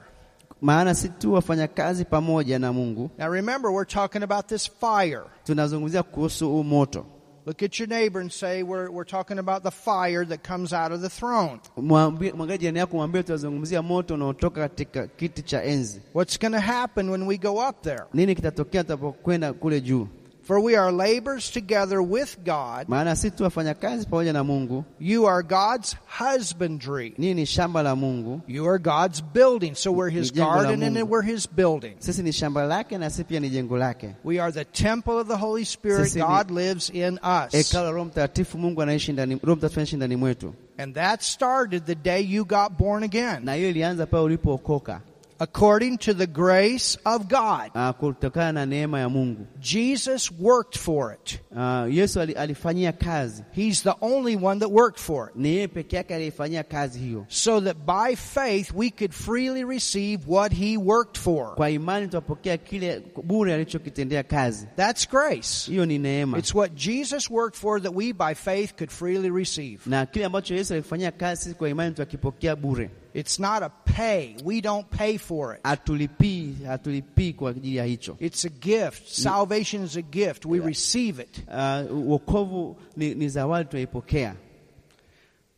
Maana si tu wafanyakazi pamoja na Mungu, Now remember, we're talking about this fire. tunazungumzia kuhusu huu moto. Look at your neighbor and say, we're, we're talking about the fire that comes out of the throne. Mwambie- Mwangalie jirani yako, mwambie tunazungumzia moto unaotoka katika kiti cha enzi. What's going to happen when we go up there? Nini kitatokea tutapokwenda kule juu? For we are laborers together with God. Maana si tu wafanyakazi pamoja na Mungu, You are God's husbandry. nini ni shamba la Mungu, You are God's building. So we're his Jengo la garden Mungu. and we're his building. sisi ni shamba lake na sisi pia ni jengo lake. We are the temple of the Holy Spirit. Sisi ni- God lives in us. Hekalo la Roho Mtakatifu, Mungu anaishi ndani, Roho Mtakatifu anaishi ndani mwetu, And that started the day you got born again, na hiyo ilianza pale ulipookoka, according to the grace of God. ah, kutokana na neema ya Mungu. Jesus worked for it. Ah, Yesu ali- alifanyia kazi, He's the only one that worked for it. ni yeye peke yake aliyefanyia kazi hiyo. So that by faith we could freely receive what he worked for. Kwa imani tutapokea kile bure alichokitendea kazi. That's grace. Hiyo ni neema, It's what Jesus worked for that we by faith could freely receive. na kile ambacho Yesu alikifanyia kazi, sisi kwa imani tutakipokea bure. It's not a pay. We don't pay for it. Hatulipii, hatulipii kwa ajili ya hicho. It's a gift. Salvation is a gift. We receive it. Ah, Wokovu ni, ni zawadi tunaipokea.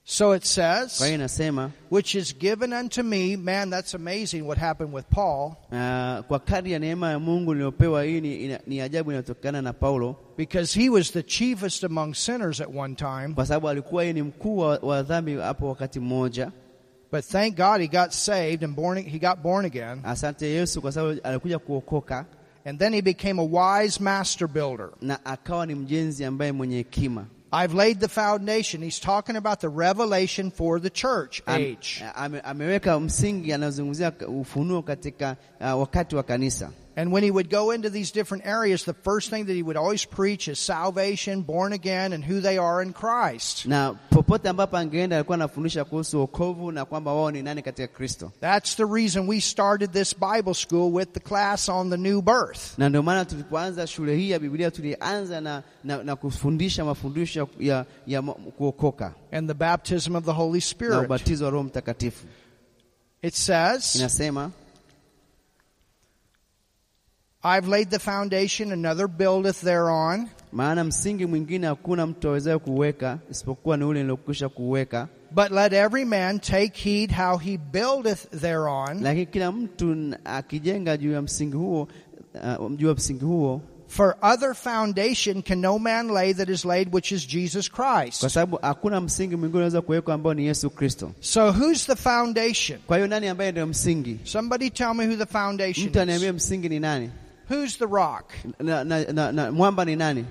So it Kwa says, hiyo inasema which is given unto me. Man, that's amazing what happened with Paul. Ah, kwa kadri ya neema ya Mungu niliyopewa hii ni, ina, ni ajabu inayotokana na Paulo Because he was the chiefest among sinners at one time. kwa sababu alikuwa yeye ni mkuu wa, wa dhambi hapo wakati mmoja. But thank God he got saved and born, he got born again. Asante Yesu kwa sababu alikuja kuokoka And then he became a wise master builder. na akawa ni mjenzi ambaye mwenye hekima. I've laid the foundation. He's talking about the revelation for the church Am- age. ame- ameweka msingi, anazungumzia ka- ufunuo katika ah, wakati wa kanisa, And when he would go into these different areas, the first thing that he would always preach is salvation, born again, and who they are in Christ. na popote ambapo angeenda alikuwa anafundisha kuhusu wokovu na kwamba wao ni nani katika Kristo, That's the reason we started this Bible school with the class on the new birth. na ndio maana tulipoanza shule hii ya Biblia tulianza na, na, na kufundisha mafundisho ya, ya mo- kuokoka and the baptism of the Holy na Spirit. ubatizo wa Roho Mtakatifu. It says, Inasema I've laid the foundation, another buildeth thereon. maana msingi mwingine hakuna mtu awezaye kuweka isipokuwa ni ule niliokwisha kuweka, But let every man take heed how he buildeth thereon. lakini kila mtu n- akijenga juu ya msingi huo uh, juu ya msingi huo, For other foundation can no man lay that is laid, which is Jesus kwa Christ. sababu hakuna msingi mwingine unaweza kuwekwa ambao ni Yesu Kristo. So who's the foundation? Kwa hiyo nani ambaye ndio msingi? Somebody tell me who the foundation Mtu is. aniambie msingi ni nani Who's the rock? na, na, na, na, mwamba ni nani?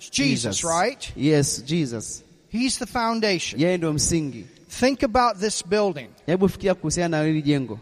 It's Jesus, right? Yes, Jesus. He's the foundation. Yeye ndio msingi. Think about this building. Hebu fikiria kuhusiana na hili jengo.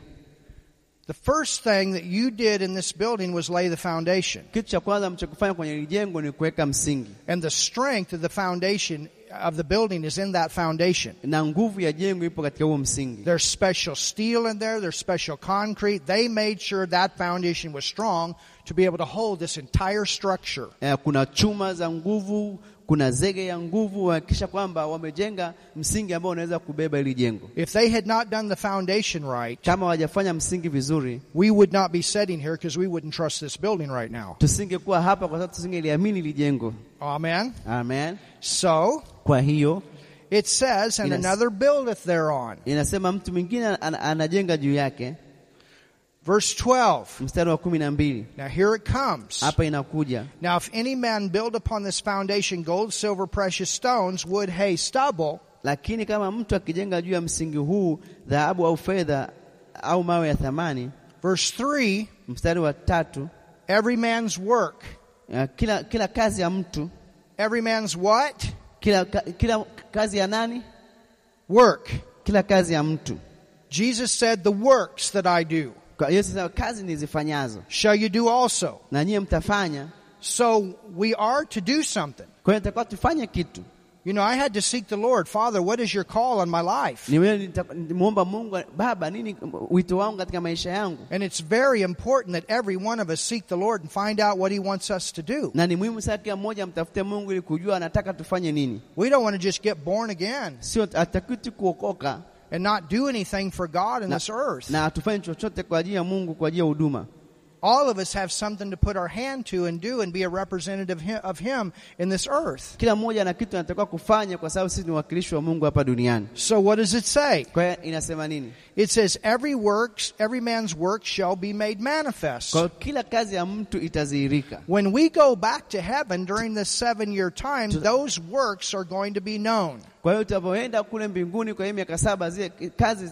The first thing that you did in this building was lay the foundation. Kitu cha kwanza mchokifanya kwenye hili jengo ni kuweka msingi. And the strength of the foundation of the building is in that foundation. na nguvu ya jengo ipo katika huo msingi. There's special steel in there, there's special concrete. They made sure that foundation was strong to be able to hold this entire structure. Eh, Kuna chuma za nguvu, kuna zege ya nguvu, wahakikisha kwamba wamejenga msingi ambao unaweza kubeba hili jengo. If they had not done the foundation right, Kama hawajafanya msingi vizuri, we would not be sitting here because we wouldn't trust this building right now. tusingekuwa hapa, kwa sababu tusingeliamini hili jengo. Amen. Amen. So Kwa hiyo it says, and Yes. another buildeth thereon. inasema mtu mwingine an- an- anajenga juu yake, Verse 12. mstari wa kumi na mbili Now here it comes. hapa inakuja Now, if any man build upon this foundation gold, silver, precious stones, wood, hay, stubble, lakini kama mtu akijenga juu ya msingi huu dhahabu au fedha au mawe ya thamani, verse 3 mstari wa tatu every man's work. eh, kila, kila kazi ya mtu Every man's what? kila, ka, kila kazi ya nani? Work. Kila kazi ya mtu. Jesus said, The works that I do Kwa hiyo sasa kazi nizifanyazo shall you do also. na nyie mtafanya. So we are to do something. Kwa hiyo tutakuwa tufanye kitu, You know, I had to seek the Lord. Father, what is your call on my life? nimeomba mungu baba nini wito wangu katika maisha yangu And it's very important that every one of us seek the Lord and find out what He wants us to do. na ni muhimu sana kila mmoja amtafute mungu ili kujua anataka tufanye nini We don't want to just get born again sio atakiwi tu kuokoka and not do anything for God in Na- this earth. na hatufanye chochote kwa ajili ya mungu kwa ajili ya huduma All of us have something to put our hand to and do and be a representative hi- of Him in this earth. kila mmoja ana kitu anatakiwa kufanya kwa sababu sisi ni wakilishi wa mungu hapa duniani So what does it say? kwa hiyo inasema nini It says, "Every works, every man's work shall be made manifest." kwa hiyo kila kazi ya mtu itadhihirika When we go back to heaven during this seven-year time, those works are going to be known. kwa hiyo tutapoenda kule mbinguni kwa hiyo miaka saba zile kazi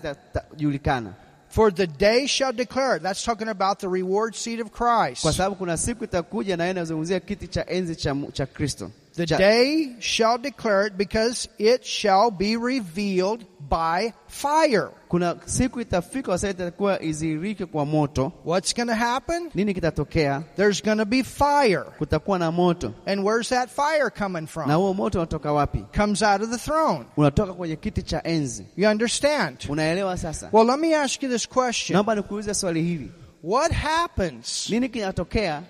zitajulikana For the day shall declare it. That's talking about the reward seat of Christ. kwa sababu kuna siku itakuja na yeye anazungumzia kiti cha enzi cha, mu- cha kristo The Cha- day shall declare it because it shall be revealed by fire. kuna siku itafika wasaa itakuwa idhihirike kwa moto What's going to happen? nini kitatokea There's going to be fire. kutakuwa na moto And where's that fire coming na from? huo moto unatoka wapi Comes out of the throne. unatoka kwenye kiti cha enzi You understand? unaelewa sasa Well, let me ask you this question. naomba nikuulize swali hili What happens nini kinatokea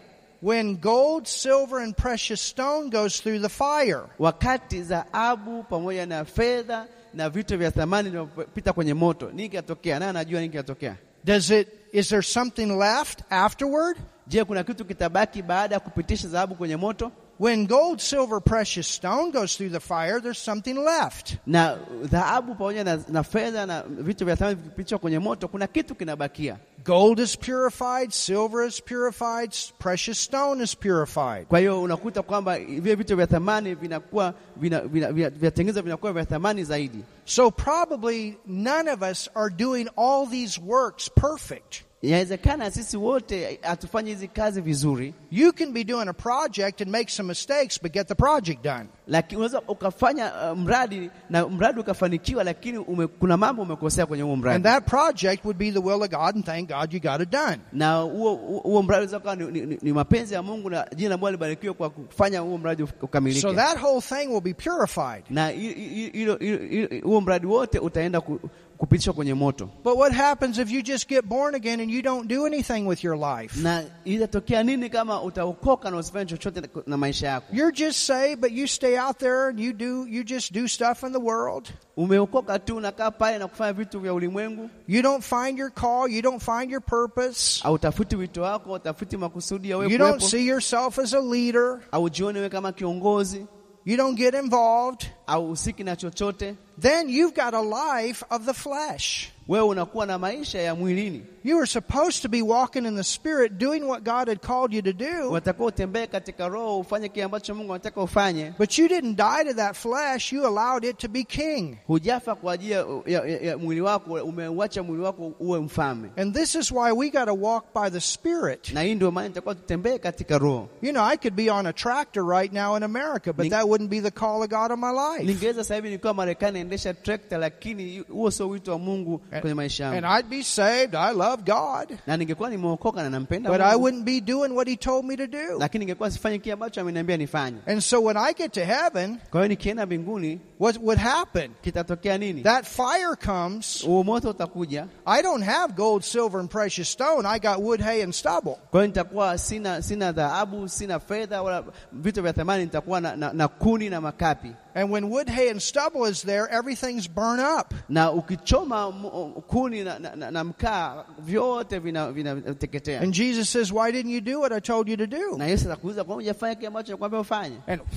when gold, silver, and precious stone goes through the fire? wakati dhahabu pamoja na fedha na vitu vya thamani vinapita kwenye moto nini kinatokea naye anajua nini kinatokea Does it is there something left afterward? je kuna kitu kitabaki baada ya kupitisha dhahabu kwenye moto When gold, silver, precious stone goes through the fire, there's something left. na dhahabu pamoja na, na fedha na vitu vya thamani vikipitishwa kwenye moto kuna kitu kinabakia Gold is purified, silver is purified, precious stone is purified. kwa hiyo unakuta kwamba vile vitu vya thamani vinakuwa vina- vina- vina- vinatengenezwa vinakuwa vya thamani zaidi So probably none of us are doing all these works perfect. inawezekana sisi wote hatufanyi hizi kazi vizuri You can be doing a project and make some mistakes, but get the project done. lakini unaweza ukafanya uh, mradi na mradi ukafanikiwa lakini ume, kuna mambo umekosea kwenye huo And mradi that project would be the will of God, and thank God you got it done. na huo huo- huo mradi unaweza ukawa ni, ni, ni- ni mapenzi ya mungu na jina ambalo libarikiwe kwa kufanya huo mradi uf- ukamilike So that whole thing will be purified. na hi- hi- hilo- hilo- hilo- huo mradi wote utaenda ku, kupitishwa kwenye moto But what happens if you just get born again and you don't do anything with your life? na itatokea nini kama utaokoka na usifanye chochote na, na maisha yako You're just saved, but you stay out there and you do you just do stuff in the world. umeokoka tu unakaa pale na kufanya vitu vya ulimwengu You don't find your call, you don't find your purpose. hautafuti wito wako hautafuti makusudi ya wewe You don't kuwepo, see yourself as a leader. haujioni wewe kama kiongozi You don't get involved. hauhusiki na chochote Then you've got a life of the flesh. wewe unakuwa na maisha ya mwilini You were supposed to be walking in the spirit, doing what God had called you to do, unatakiwa utembee katika roho ufanye kile ambacho mungu anataka ufanye but you didn't die to that flesh. You allowed it to be king. hujafa kwa ajili ya, ya, ya, ya mwili wako umeuacha mwili wako uwe mfalme And this is why we got to walk by the spirit. na hii ndio maana itakuwa tutembee katika roho You know, I could be on a tractor right now in America, but Ning- that wouldn't be the call of God on my life. ningeweza sasa hivi nikiwa marekani naendesha trekta lakini huo sio wito wa mungu kwenye maisha And yangu I'd be saved. I love God. na ningekuwa nimeokoka na nampenda But I Mungu, wouldn't be doing what He told me to do. lakini ningekuwa sifanye kile ambacho ameniambia nifanye And so when I get to heaven, kwa hiyo nikienda mbinguni what would happen? kitatokea nini That fire comes. huo moto utakuja I don't have gold, silver, and precious stone. I got wood, hay, and stubble. kwa hiyo nitakuwa sina sina dhahabu sina fedha wala vitu vya thamani nitakuwa na, na, na kuni na makapi And when wood, hay, and stubble is there, everything's burnt up. na ukichoma mu- kuni na, na, na, na mkaa vyote vinateketea vina vinateketea. And Jesus says, Why didn't you do what I told you to do? na yesu atakuuliza kwa nini hujafanya kile ambacho nakwambia ufanye And *sighs*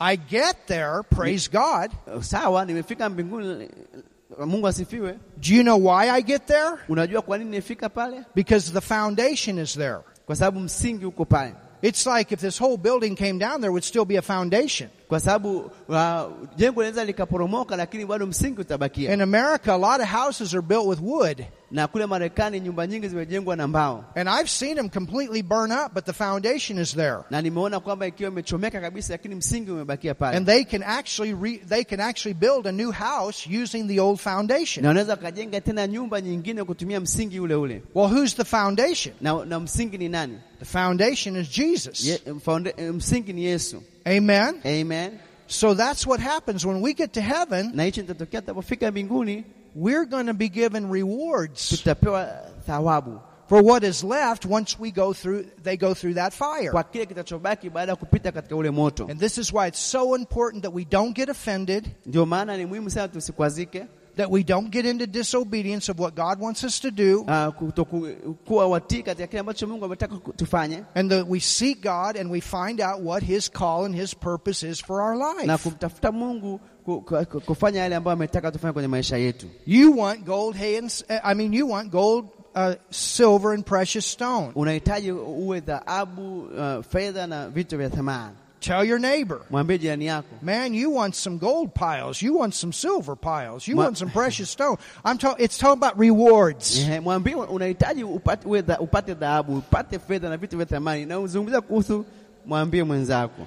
I get there, praise God. sawa nimefika mbinguni mungu asifiwe Do you know why I get there? unajua kwa nini nimefika pale Because the foundation is there. kwa sababu msingi uko pale It's like if this whole building came down, there would still be a foundation. kwa sababu uh, jengo linaweza likaporomoka lakini bado msingi utabakia In America, a lot of houses are built with wood, na kule marekani nyumba nyingi zimejengwa na mbao and I've seen them completely burn up, but the foundation is there. na nimeona kwamba ikiwa imechomeka kabisa lakini msingi umebakia pale And they can actually re, they can actually build a new house using the old na foundation. unaweza ukajenga tena nyumba nyingine kutumia msingi ule ule Well, who's the foundation? na, na msingi ni nani The foundation is Jesus. Ye, founda- eh, msingi ni yesu Amen. amen So that's what happens when we get to heaven. na hichi nitatokea tutapofika mbinguni We're going to be given rewards tutapewa thawabu for what is left once we go through. They go through that fire. kwa kile kitachobaki baada ya kupita katika ule moto And this is why it's so important that we don't get offended, ndio maana ni muhimu sana tusikwazike that we don't get into disobedience of what God wants us to do, ah, kutoku- kuwa watii katika kile ambacho mungu ametaka ku- tufanye and that we seek God and we find out what His call and His purpose is for our na life. kumtafuta mungu ku- ku- ku- kufanya yale ambayo ametaka tufanye kwenye maisha yetu You want gold, hay, and s- I mean, you want gold, uh, silver, and precious stone. unahitaji uwe dhahabu uh, fedha na vitu vya thamani Tell your neighbor, mwambie jirani yako man, you want some gold piles, you want some silver piles, you Ma- want some precious stone. I'm talking. It's talking about rewards. Ehe, mwambie unahitaji upate, uwe dha, upate dhahabu upate fedha na vitu vya thamani na uzungumza kuhusu mwambie mwenzako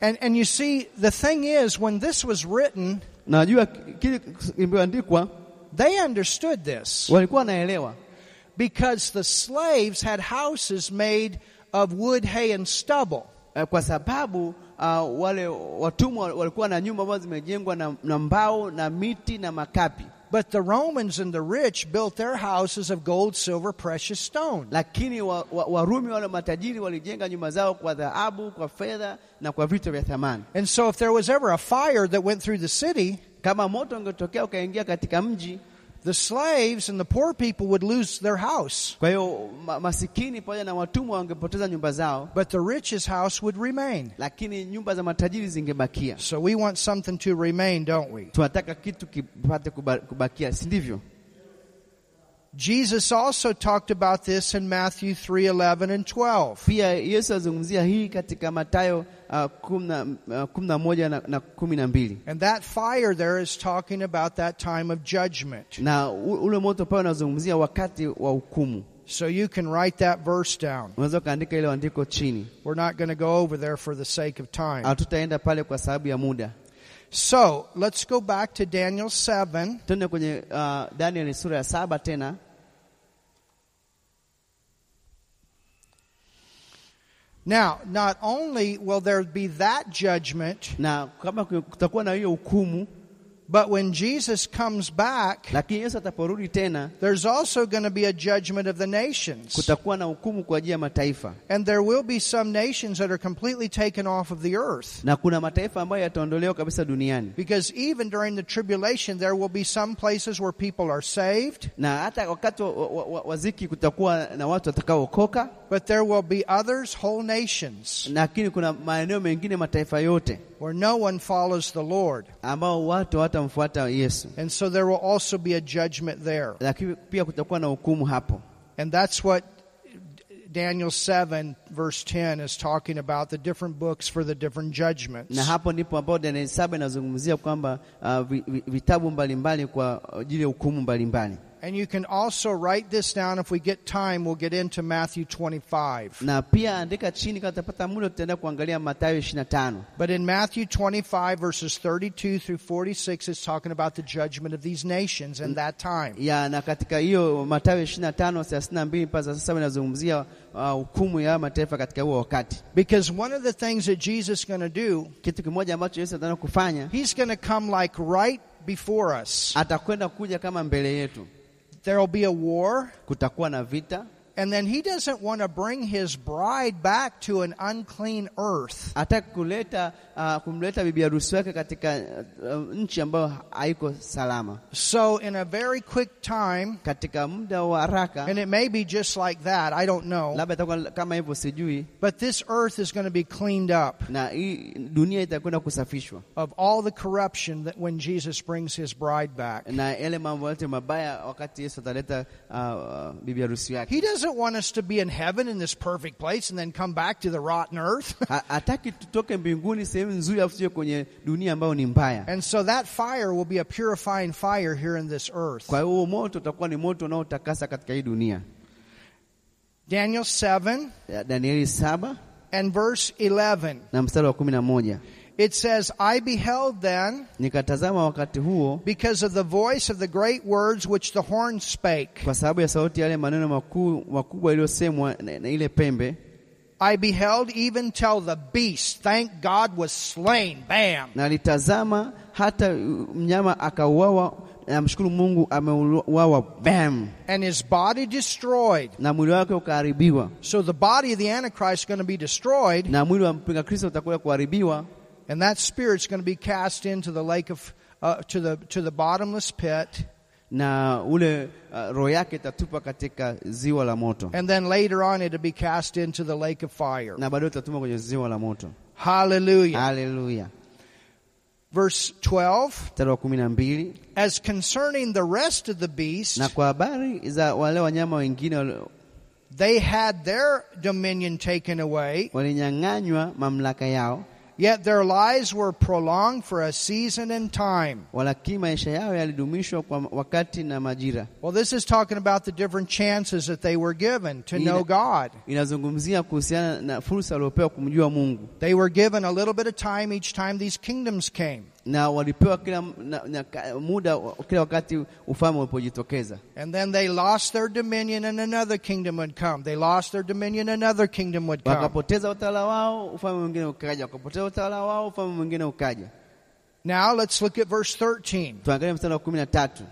And and you see, the thing is, when this was written, najua ki- kile ilivyoandikwa they understood this. walikuwa wanaelewa because the slaves had houses made of wood, hay, and stubble. eh, kwa sababu uh, wale watumwa walikuwa na nyumba ambazo zimejengwa na, na mbao na miti na makapi But the Romans and the rich built their houses of gold, silver, precious stone. lakini warumi wa, Warumi wale matajiri walijenga nyumba zao kwa dhahabu kwa fedha na kwa vitu vya thamani And so, if there was ever a fire that went through the city, kama moto ungetokea ukaingia katika mji the slaves and the poor people would lose their house, kwa hiyo ma, masikini pamoja na watumwa wangepoteza nyumba zao but the rich's house would remain. lakini nyumba za matajiri zingebakia. So, we want something to remain, don't we? Tunataka kitu kipate kuba- kubakia, si ndivyo? Jesus also talked about this in Matthew 3 11 and 12. Pia Yesu azungumzia hii katika Mathayo uh, kumi na uh, kumi na moja na, na kumi na mbili And that fire there is talking about that time of judgment. na u- ule moto pale unazungumzia wakati wa hukumu. So, you can write that verse down. Unaweza ukaandika ile andiko chini, We're not going to go over there for the sake of Uh, time. hatutaenda pale kwa sababu ya muda. So let's go back to Daniel 7 Twende kwenye uh, Danieli sura ya saba tena Now, not only will there be that judgment, na kama ku- kutakuwa na hiyo hukumu, but when Jesus comes back, lakini Yesu ataporudi tena there's also going to be a judgment of the nations. kutakuwa na hukumu kwa ajili ya mataifa. And there will be some nations that are completely taken off of the earth. na kuna mataifa ambayo yataondolewa kabisa duniani Because even during the tribulation, there will be some places where people are saved, na hata wakati wa, wa, wa, wa ziki kutakuwa na watu watakaookoka, but there will be others, whole nations, lakini kuna maeneo mengine mataifa yote where no one follows the Lord. ambao watu hawatamfuata Yesu, And so there will also be a judgment there. lakini pia kutakuwa na hukumu hapo. And that's what Daniel 7, verse 10, is talking about the different books for the different judgments. Na hapo ndipo ambao Danieli saba inazungumzia kwamba uh, vi, vi, vitabu mbalimbali kwa ajili ya hukumu mbalimbali, And you can also write this down. If we get time, we'll get into Matthew 25. na pia andika chini, kama utapata muda tutaenda kuangalia Mathayo 25 But in Matthew 25, verses 32 through 46, it's talking about the judgment of these nations in that time. ya na katika hiyo Mathayo 25 32 mpaka 37 inazungumzia uh, hukumu ya mataifa katika huo wakati. Because one of the things that Jesus is going to do, kitu kimoja ambacho Yesu ataenda kufanya, he's going to come like right before us. atakwenda kuja kama mbele yetu, There will be a war. kutakuwa na vita. And then he doesn't want to bring his bride back to an unclean earth. Hataki kuleta uh, kumleta bibi harusi wake katika uh, nchi ambayo haiko salama. So, in a very quick time, Katika muda wa haraka, and it may be just like that, I don't know, labda itakuwa kama hivyo, sijui. but this earth is going to be cleaned up Na hii dunia itakwenda kusafishwa of all the corruption that when Jesus brings his bride back. na yale mambo yote mabaya, wakati Yesu ataleta uh, bibi harusi wake. He doesn't want us to be in heaven in this perfect place and then come back to the rotten earth. *laughs* Ha- Hataki tutoke mbinguni sehemu nzuri, afu tuje kwenye dunia ambayo ni mbaya. and so that fire will be a purifying fire here in this earth. Kwa hiyo huo moto utakuwa ni moto unaotakasa katika hii dunia. Daniel 7 Danieli saba and verse 11. na mstari wa kumi na moja It says, I beheld then nikatazama wakati huo because of the voice of the great words which the horn spake. kwa sababu ya sauti yale maneno makuu makubwa yaliyosemwa na, na ile pembe I beheld even till the beast, thank God, was slain. Bam. na alitazama hata uh, mnyama akauawa, namshukuru Mungu ameuawa, bam, And his body destroyed. na mwili wake ukaharibiwa, So the body of the Antichrist is going to be destroyed, na mwili wa mpinga Kristo utakuja kuharibiwa, and that spirit's going to be cast into the lake of, uh, to the to the bottomless pit. na ule uh, roho yake itatupa katika ziwa la moto, and then later on it'll be cast into the lake of fire. na baadaye itatupwa kwenye ziwa la moto. Hallelujah. Haleluya. Verse 12 Mstari wa kumi na mbili. As concerning the rest of the beasts, Na kwa habari za wale wanyama wengine wali- they had their dominion taken away, walinyang'anywa mamlaka yao, yet their lives were prolonged for a season and time. walakini maisha yao yalidumishwa kwa wakati na majira. Well, this is talking about the different chances that they were given to know Yeah. God. Inazungumzia kuhusiana na fursa waliopewa kumjua Mungu, They were given a little bit of time each time these kingdoms came, na walipewa kila m- na, na, ka- muda wa- kila wakati ufalme ulipojitokeza, and then they lost their dominion, and another kingdom would come. They lost their dominion, another kingdom would come. wakapoteza utawala wao, ufalme mwingine ukaja, wakapoteza utawala wao, ufalme mwingine ukaja. Now let's look at verse 13. Tuangalie mstari wa kumi na tatu.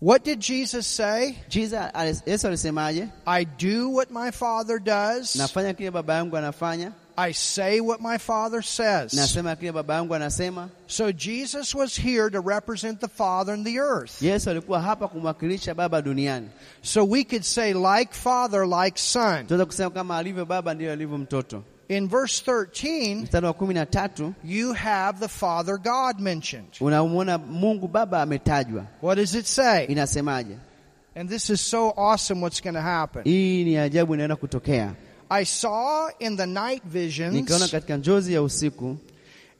What did Jesus say? Jiza- alis- Yesu alisemaje? I do what my Father does. Nafanya kile baba yangu anafanya, I say what my Father says. nasema kile baba yangu anasema. So Jesus was here to represent the Father and the earth. Yesu alikuwa hapa kumwakilisha Baba duniani. So we could say, like Father, like Son. Tunaweza kusema kama alivyo Baba ndiyo alivyo mtoto. In verse 13, Mstari wa kumi na tatu you have the Father God mentioned. unamwona Mungu Baba ametajwa, What does it say? inasemaje? And this is so awesome what's going to happen. Hii ni ajabu inaenda kutokea. I saw in the night Nikaona visions, katika njozi ya usiku,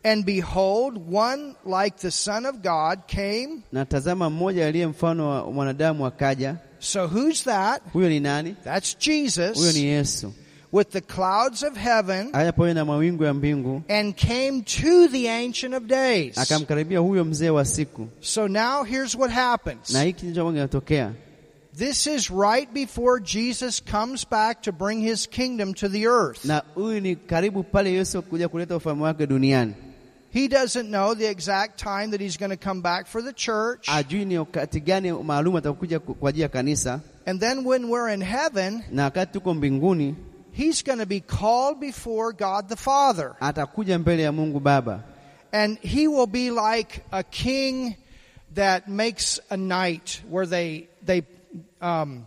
and behold, one like the Son of God came na tazama, mmoja aliye mfano wa mwanadamu akaja. So who's that? Huyo ni nani? That's Huyo Jesus ni Ah. Yesu. with the clouds of heaven Akaja pamoja na mawingu ya mbingu, and came to the Ancient of Days. akamkaribia huyo mzee wa siku, So now here's what happens. na hiki ndicho ambacho kinatokea. This is right before Jesus comes back to bring his kingdom to the earth. na huyu ni karibu pale Yesu kuja kuleta ufalme wake duniani. He doesn't know the exact time that he's going to come back for the church. Ajui ni wakati gani maalum atakuja ku- kwa ajili ya kanisa, And then when we're in heaven, na wakati tuko mbinguni he's going to be called before God the Father. atakuja mbele ya Mungu Baba, And he will be like a king that makes a night where they they um,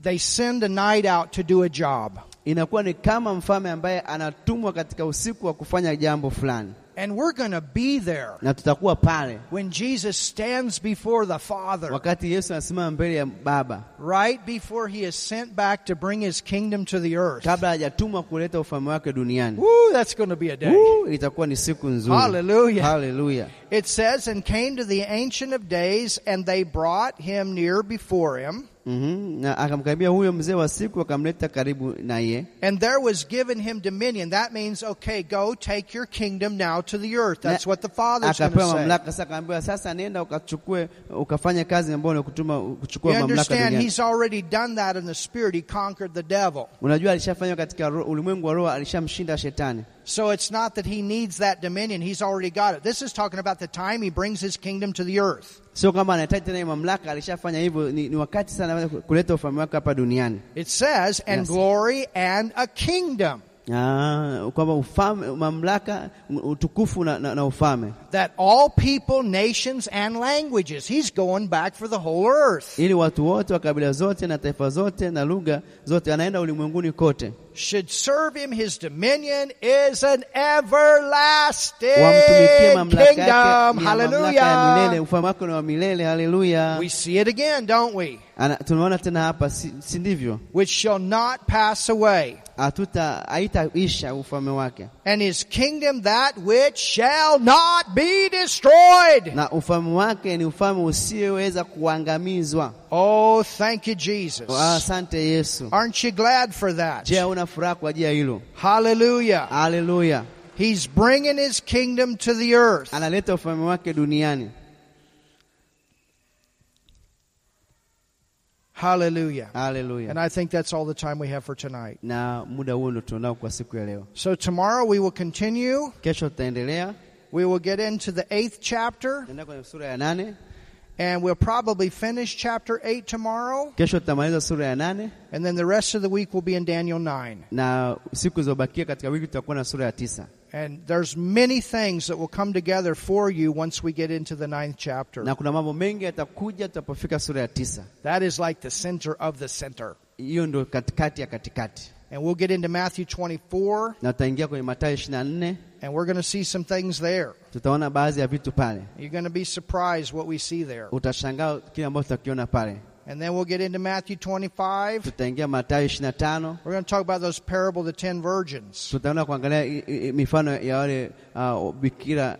they send a night out to do a job. inakuwa ni kama mfalme ambaye anatumwa katika usiku wa kufanya jambo fulani, And we're going to be there na tutakuwa pale when Jesus stands before the Father, wakati Yesu anasimama mbele ya Baba right before he is sent back to bring his kingdom to the earth. kabla hajatumwa kuleta ufalme wake duniani. Woo, that's going to be a day. Woo, itakuwa ni siku nzuri. Hallelujah. Hallelujah. It says, and came to the Ancient of Days, and they brought him near before him. Mhm. Na akamkaribia huyo mzee wa siku, akamleta karibu naye And there was given him dominion. That means, okay, go take your kingdom now to the earth. That's Na- what the Father's going akapewa to say. mamlaka sasa, akaambiwa sasa, nenda ukachukue ukafanye kazi ambayo nakutuma You kuchukua mamlaka understand? duniani. He's already done that in the spirit. He conquered the devil. Unajua alishafanywa katika ro- ulimwengu wa roho, alishamshinda shetani. So it's not that he needs that dominion. He's already got it. This is talking about the time he brings his kingdom to the earth. Sio kama anahitaji tena hiyo mamlaka, alishafanya hivyo. Ni, ni wakati sana anaweza ku- kuleta ufalme wake hapa duniani, It says, and Yes. glory and a kingdom Ah, kwamba ufalme, mamlaka, m- utukufu na, na, na ufalme, that all people, nations, and languages. He's going back for the whole earth. ili watu wote wa kabila zote na taifa zote na lugha zote, anaenda ulimwenguni kote, Should serve him. His dominion is an everlasting wamtumikie kingdom. mamlaka yake, ni Hallelujah. ya mamlaka ya milele. Ufalme wake ni wa milele. Haleluya. We see it again, don't we? Ana- tunaona tena hapa si, si ndivyo Which shall not pass away. hatuta haitaisha ufalme wake And his kingdom that which shall not be destroyed. na ufalme wake ni ufalme usioweza kuangamizwa Oh, thank you, Oh, Jesus. asante yesu Aren't you glad for that? je una furaha kwa ajili ya hilo Hallelujah. haleluya He's bringing his kingdom to the earth. analeta ufalme wake duniani Hallelujah. And haleluya I think that's all the time we have for tonight. na muda huo ndio tunao kwa siku ya leo So tomorrow we will continue. kesho tutaendelea We will get into the eighth chapter, tunaenda kwenye sura ya nane and we'll probably finish chapter eight tomorrow, kesho tutamaliza sura ya nane and then the rest of the week will be in Daniel 9. na siku zilizobakia katika wiki tutakuwa na sura ya tisa And there's many things that will come together for you once we get into the ninth chapter. na kuna mambo mengi yatakuja tutapofika sura ya tisa That is like the center of the center. hiyo ndio katikati ya katikati And we'll get into Matthew 24, na tutaingia kwenye matayo ishiri na nne and we're going to see some things there. tutaona baadhi ya vitu pale You're going to be surprised what we see there. utashangaa kile ambacho tutakiona pale And then we'll get into Matthew 25. tutaingia matayo ishiri na tano We're going to talk about those parable of the ten virgins. tutaenda kuangalia i- i- i- mifano ya wale uh, bikira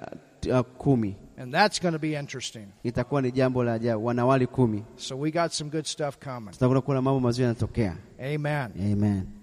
uh, kumi. And that's going to be interesting. Itakuwa ni jambo la ajabu, wanawali kumi. So we got some good stuff coming. Tutakuwa kuna mambo mazuri yanatokea. Amen. Amen.